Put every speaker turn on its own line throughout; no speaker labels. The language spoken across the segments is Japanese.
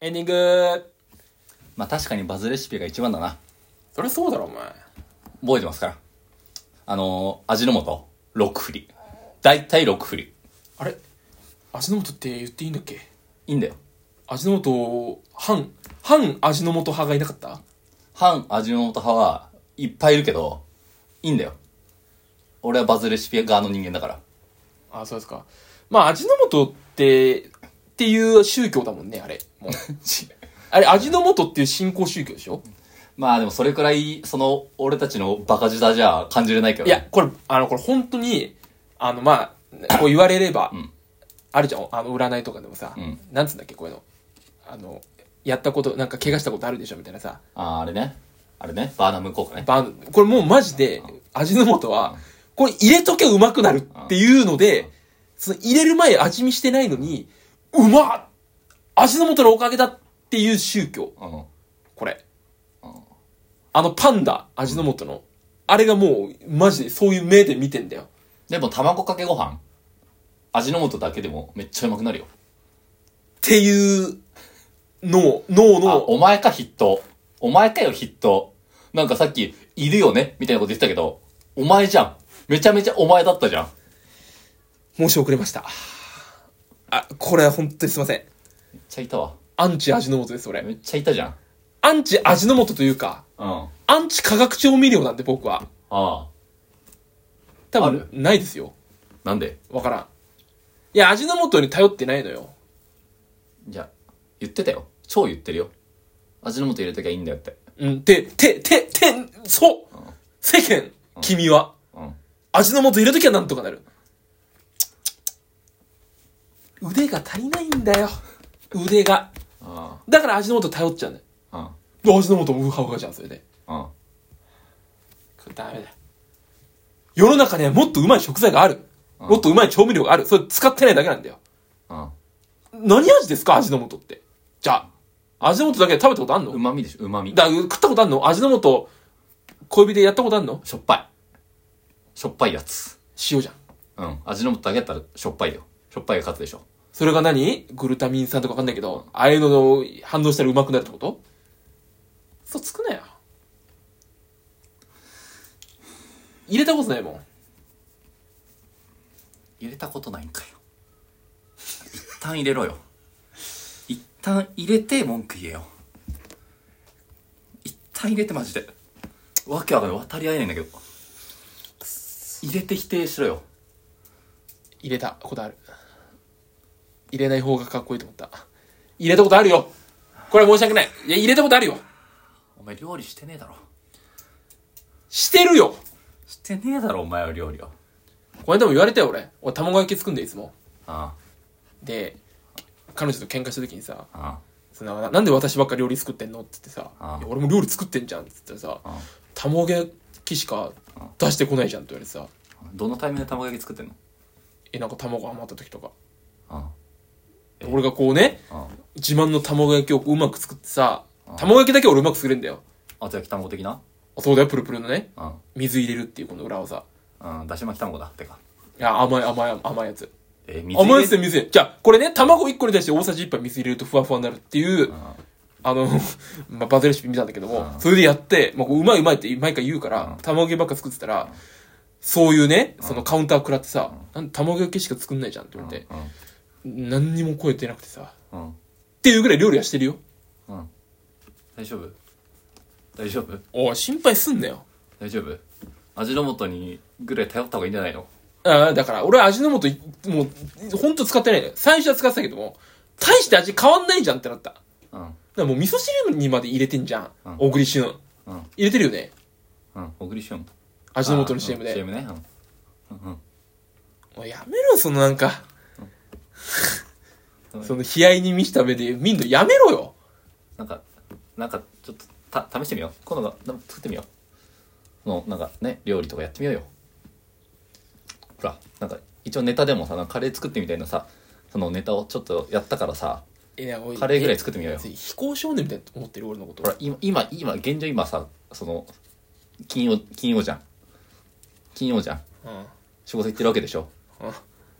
エンディング
まあ確かにバズレシピが一番だな。
それそうだろお前
覚えてますから。あのー味の素、6振り。だいたい6振り。
あれ味の素って言っていいんだっけ
いいんだよ。
味の素反反味の素派がいなかった
反味の素派はいっぱいいるけど、いいんだよ。俺はバズレシピ側の人間だから。
あそうですかまあ味の素ってっていう宗教だもんねあれ もうあれ味の素っていう信仰宗教でしょ
まあでもそれくらい、その、俺たちのバカ舌じゃ感じれないけど。
いや、これ、あの、これ本当に、あの、まあ、こう言われれば、
ん
あるじゃん、あの、占いとかでもさ、
ん
なんつうんだっけ、こういうの。あの、やったこと、なんか怪我したことあるでしょ、みたいなさ。
あーあれね。あれね。バーナム効果ね。
バンこれもうマジで、味の素は、これ入れとけうまくなるっていうので、その入れる前味見してないのに、うまっ味の素のおかげだっていう宗教。
うん。
これ。あのパンダ、味の素の。あれがもう、マジでそういう目で見てんだよ。
でも卵かけご飯、味の素だけでもめっちゃうまくなるよ。
っていう脳、脳
あ、
の、
お前か筆頭。お前かよ筆頭。なんかさっき、いるよねみたいなこと言ってたけど、お前じゃん。めちゃめちゃお前だったじゃん。
申し遅れました。あ、これは本当にすいません。
めっちゃいたわ。
アンチ味の素です、俺。
めっちゃいたじゃん。うん。
アンチ味の素というか、
あ
アンチ化学調味料なんて僕は、
あ。
多
あ
分
る、
ないですよ。
なんで
わからん。いや、味の素に頼ってないのよ。
じゃあ、言ってたよ。超言ってるよ。味の素入れときゃいいんだよって。
うん、て、て、て、て、そう世間、君は、
うん。
味の素入れときゃなんとかなる。腕が足りないんだよ。腕が。
あ
だから味の素頼っちゃうんだよ。
あ。
味の素ウーハウハじゃん、それで。
うん。うん。
ダメだ。世の中にはもっとうまい食材がある。もっとうまい調味料がある。それ使ってないだけなんだよ。
うん。
何味ですか味の素って。じゃあ、味の素だけで食べたことあん
う
の
まみでしょ、うまみ。
だ、食ったことあんの味の素、小指でやったことあんの
しょっぱい。しょっぱいやつ。
塩じゃん。
うん。味の素だけだったらしょっぱいよ。しょっぱいが勝つでしょ。
それが何グルタミン酸とかわかんないけど、ああいうのの反応したらうまくなるってことそうつくなよ。入れたことないもん。
入れたことないんかよ一旦入れろよ一旦入れて文句言えよ一旦入れてマジでわけわかんない渡り合えないんだけど入れて否定しろよ
入れたことある入れない方がかっこいいと思った入れたことあるよこれは申し訳ないいや入れたことあるよ
お前料理してねえだろ
してるよ
してねえだろお前は料理を
この間も言われたよ俺俺卵焼き作んでいつも
あ
で彼女と喧嘩した時にさ
ああ
そのななんで私ばっか料理作ってんのって言ってさ
ああ
いや俺も料理作ってんじゃん」って言ったらさ
あ
「卵焼きしか出してこないじゃん」って言われてさ
あどのタイミングで卵焼き作ってんの
えなんか卵余った時とか
あ
俺がこうね
あ
自慢の卵焼きをうまく作ってさ卵焼きだけは俺うまく作れんだよ
ああと焼き卵的な
そうだよプルプルのね
うん
水入れるっていうこの裏技
うんだし巻き卵だってか
いや、甘い甘い甘いやつ。
え水入
甘い
れ
やつで水入れじゃあ、これね、卵1個に対して大さじ1杯水入れるとふわふわになるっていう、あの、 まあ、バズレシピ見たんだけども、それでやって、まあ、こううまいうまいって毎回言うから、卵焼きばっか作ってたら、そういうね、そのカウンター食らってさ、なんで卵焼きしか作んないじゃんって言われて、何にも声出なくてさ、っ
うんうん
ていうぐらい料理はしてるよ。
うん大丈夫大丈夫
おい、心配すんなよ。
大丈夫味の素にぐらい頼った方がいいんじゃないの
ああ、だから、俺は味の素い、もう、ほんと使ってないのよ。最初は使ってたけども、大して味変わんないじゃんってなった。
うん
だからもう味噌汁にまで入れてんじゃん。
うん
小栗旬。入
うん
れてるよね。
うん小栗旬
味の素の CM
あうん
で。
CM ねうんうん
もうやめろ、そのなんか
う。ん
その悲哀に満ちた目で見んのやめろよ。
なんかなんかちょっとた試してみよう今度がな作ってみようそのなんかね料理とかやってみようよほらなんか一応ネタでもさなんかカレー作ってみたいなさそのネタをちょっとやったからさ
いや、おい
カレーぐらい作ってみよ
え
うよ
非行少年みたいな思ってる俺のこと
ほ。ら今今今現状今さその金曜金曜じゃん金曜じゃん
うん。
仕事行ってるわけでしょ
うん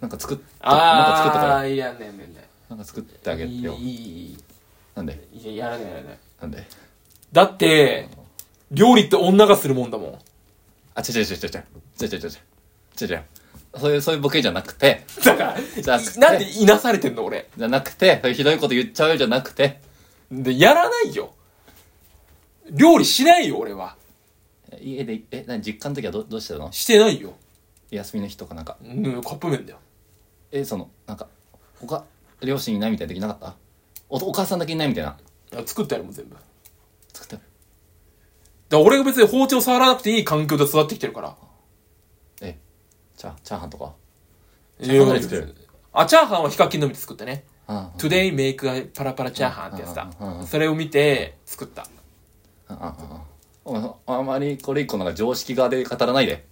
なんか作ったなんか作ったか
あ
ら
あ、いや、ねえねえね
なんか作ってあげ
え。
て
いい、い
よ
い、いい。
なんで
いや、やらないやらない。
なんで
だって、料理って女がするもんだもん。
あ、違う違う違う違う違う違う違う違う違う違うそういう、そういうボケじゃなくて、
だから、
じゃ
いなんでいなされてんの俺。
じゃなくて、そういうひどいこと言っちゃうよじゃなくて、
で、やらないよ。料理しないよ、俺は。
家で、え、何、実家の時はどどうしてたの
してないよ。
休みの日とかなんか、
うん、カップ麺だよ。
え、その、なんか、おか、両親いないみたいな時なかったおお母さんだけいないみたいな。
あ作ったよ、もう全部。だか
作って
ら俺が別に包丁触らなくていい環境で育ってきてるから。
え、チャチャーハンとか
い
ャーハン
や
何作る
あ、チャーハンはヒカキンのみで作ったね。
あ
Today make a パラパラチャーハンってやつだ
うんうんうんう。ん
それを見て作った。
あ、ああ、ああ。あまりこれ以降なんか常識側で語らないで。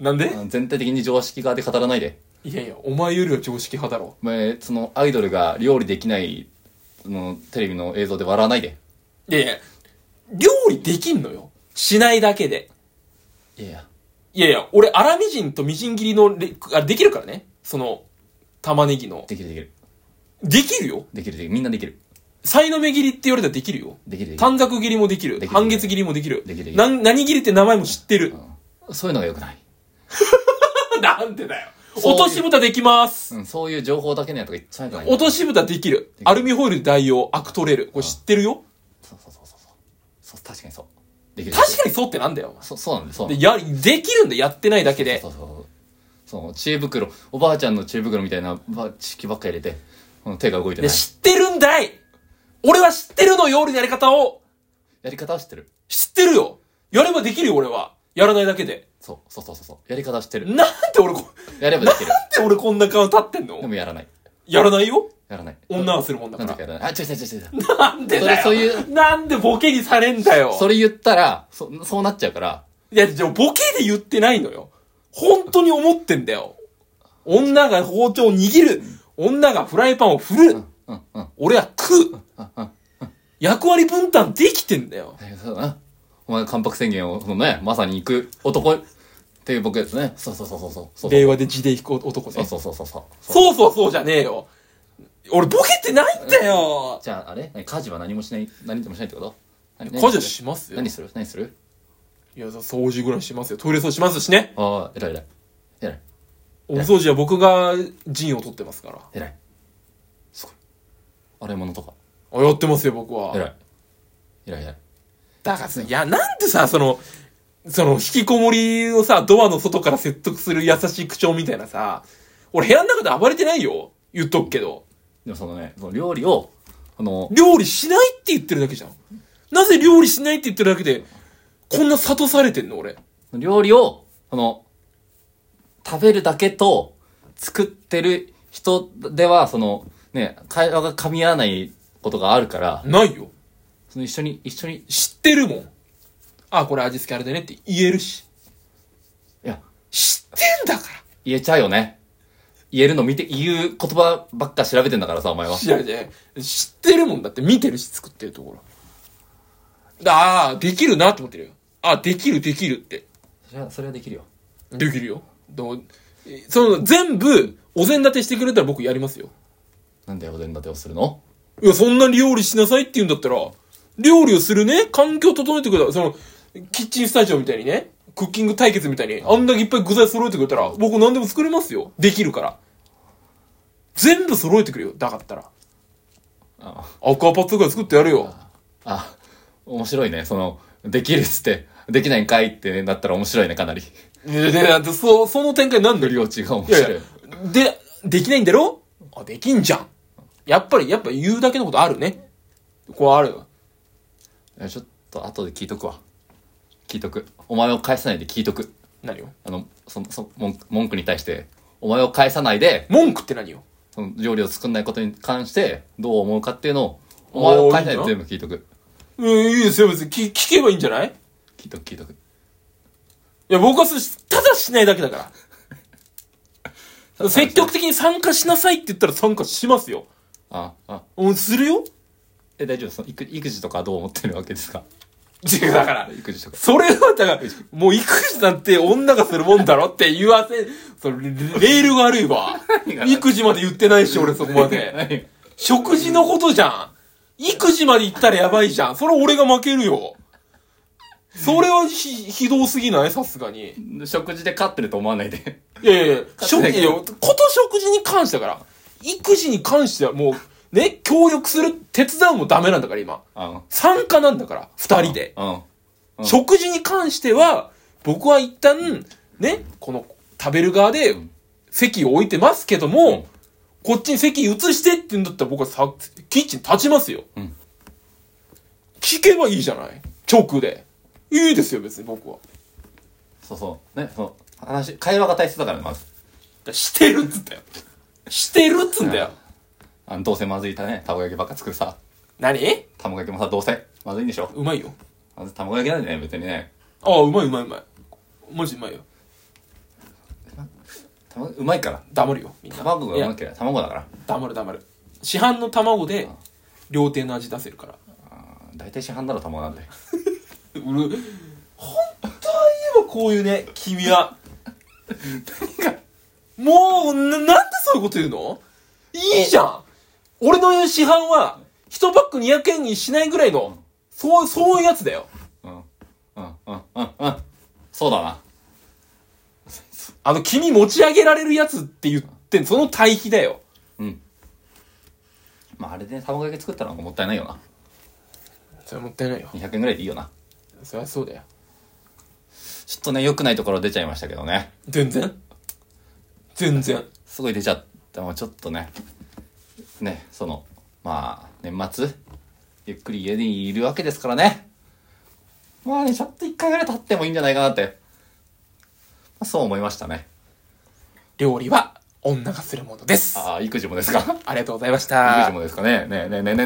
なんで
うん全体的に常識側で語らないで。
いやいや、お前よりは常識派だろ。
お前、そのアイドルが料理できない、そのテレビの映像で笑わないで。
いやいや、料理できんのよ。しないだけで。
いやいや。
いやいや、俺、粗みじんとみじん切りのレ、あできるからね。その、玉ねぎの。
できるできる。
できるよ。
できるできる。みんなできる。
さいの目切りって言われたらできるよ。
できるできる。
短冊切りもできる。
できる
半月切りもできる。
できるできる
なん何切りって名前も知ってる。
うんそういうのが良くない。
なんでだよ。
そうい
落
う
とし蓋できます。
うん、そういう情報だけのやつが一番良くない。
落とし蓋できる。アルミホイル代用、アク取れる。これ知ってるよ。
そうそうそうそうそう。そう、確かにそう。できる。
確
か
かにそうってなんだよ、
にそう、そうなんで、そ
お
うな
前。
ん
で、や、できるんだ、やってないだけで。
そうそうそう。そう、知恵袋、おばあちゃんの知恵袋みたいなば知識ばっか入れて、この手が動いて
で
ない。
知ってるんだい俺は知ってるのよ、俺のやり方を
やり方は知ってる。
知ってるよやればできるよ、俺は。やらないだけで。
そう、そうそうそうそう。やり方は知ってる。
なんで俺こ、
やれば
な
で
ん
き
で
る。
俺こんな顔立ってんの
でもやらない。
やらないよ
やらない。
女はするもんだ
な
か
んで
ら。
やらない。あ、違う違う違う違う。
なんでだよ
それそういう
なんでボケにされんだよ
それ言ったら、そ、そうなっちゃうから、
いや、じゃあボケで言ってないのよ。本当に思ってんだよ。女が包丁を握る。女がフライパンを振る。
うん、うん、
俺は食う。
うん、うん。
役割分担できてんだよ。
えそうだな。お前、関白宣言を、そのね、まさに行く男っていう僕ですね。そうそうそうそうそう。そう
令和で地で引く男
そう
ね。
そうそうそうそう。
そうそうそうじゃねえよ。俺ボケてないんだよ。
じゃあ、あれ何家事は何もしない、何でもしないってこと何
家事はしますよ。
何
い
する何する
や、掃除ぐらいしますよ。トイレ掃除しますしね。
ああ、偉い偉い。偉い。
お掃除は僕が陣を取ってますから。
偉い。すごい。洗い物とか。
あ、やってますよ、僕は。
偉い。偉い偉い。
だからさ、いや、なんでさ、その、その、引きこもりをさ、ドアの外から説得する優しい口調みたいなさ、俺部屋の中で暴れてないよ。言っとくけど。
でもそのね、その料理を、あの、
料理しないって言ってるだけじゃん。なぜ料理しないって言ってるだけで、こんな諭されてんの、俺。
料理を、あの、食べるだけと、作ってる人では、その、ね、会話が噛み合わないことがあるから、
ないよ。
その一緒に、一緒に、い
知ってるもん。あ、これ味付けあれだねって言えるし。
や、
知ってんだか
言えちゃうよね。言えるの見て、言う言葉ばっか調べてんだからさ、お前は
ら。。知らねえ知ってるもんだって見てるし、作ってるところ。ああ、できるなって思ってるよ。あできるできるって。
それは、それはできるよ。
できるよ。でも、えその、全部、お膳立てしてくれたら僕やりますよ。
なんでお膳立てをするの
いや、そんな料理しなさいって言うんだったら、料理をするね、環境を整えてくれたら、その、キッチンスタジオみたいにね、クッキング対決みたいに、あんだけいっぱい具材揃えてくれたら、僕何でも作れますよ。できるから。全部揃えてくれよ。だったら。
あ
アクアパッツァぐらい作ってやるよ。
あ、面白いね。その、できるっつって、できないんかいってなったら面白いね、かなり。
で、で、だってそ、その展開なんだ
無
よ。
料値が面
いや
白い。
いや、で、できないんだろあ、できんじゃん。やっぱり、やっぱ言うだけのことあるね。これあるよ。
いやちょっと後で聞いとくわ。聞いとく。お前を返さないで聞いとく。
何よ
あの、その、そ文句文句に対して、お前を返さないで、
文句って何よ
その料理を作んないことに関して、どう思うかっていうのを、お前を返さない
お
で
ーいい
全
な
部聞いとく。
えいいですよ、別に聞聞けばいいんじゃない
聞いとく、聞いとく。
いや、僕はそただしないだけだ から。積極的に参加しなさいって言ったら参加しますよ。
あ、あ、
うん、するよ
え、大丈夫その育、育児とかどう思ってるわけですか
違う、だから。
育児とか。
それは、だ から、もう育児なんて女がするもんだろって言わせ、そのレレールが悪いわ
何が。
育児まで言ってないし、俺そこまで。
何
食事のことじゃん。育児まで行ったらやばいじゃん。それ俺が負けるよ。それはひ、ひどすぎないさすがに。
食事で勝ってると思わないで。
いやいやいや、食事、いやこと食事に関してだから。育児に関してはもう、ね、協力する、手伝うもダメなんだから今。
うん。
参加なんだから、二人で。
うん。うん
食事に関しては、僕は一旦、ね、この、食べる側で
ん、
席を置いてますけども、
ん
こっちに席移してって言うんだったら僕はさ、キッチン立ちますよ。
うん
聞けばいいじゃない直で。いいですよ、別に僕は。
そうそう。ね、その、話、会話が大切だから、まず。
だからしてるっつったよ。してるっつんだよ。
あの、どうせまずいたね、卵焼きばっか作るさ。
何
卵焼きもさ、どうせ、まずいんでしょ。
うまいよ。
まず卵焼きなんでね、別にね。
ああ、うまいうまいうまい。マジうまいよ。
たまうまいから。
黙るよ、みんな。
卵が
いう
ま
や
ければ、卵だから。
黙る黙る。市販の卵で、料亭の味出せるから。
あー大体市販だろ、卵なんて。
うる、本当は言えばこういうね、君は。もうな、なんでそういうこと言うのいいじゃん俺の言う市販は、1パック200円にしないぐらいの、そう、そういうやつだよ。
うん。うん、うん、うん、うん。そうだな。
あの、君持ち上げられるやつって言ってんその対比だよ。
うん。まあ、あれでね、卵焼き作ったのがもったいないよな。
それはもったいないよ。
200円ぐらいでいいよな。
そりゃそうだよ。
ちょっとね、良くないところ出ちゃいましたけどね。
全然全然。
すごい出ちゃった。もうちょっとね、ね、その、まあ、年末、ゆっくり家にいるわけですからね。まあね、ちょっと一回ぐらい経ってもいいんじゃないかなって。まあ、そう思いましたね。
料理は女がするものです。あ
ああ、育児もですか
りがとうございまし
育
た
児。もですかね。ねえねえねえねえ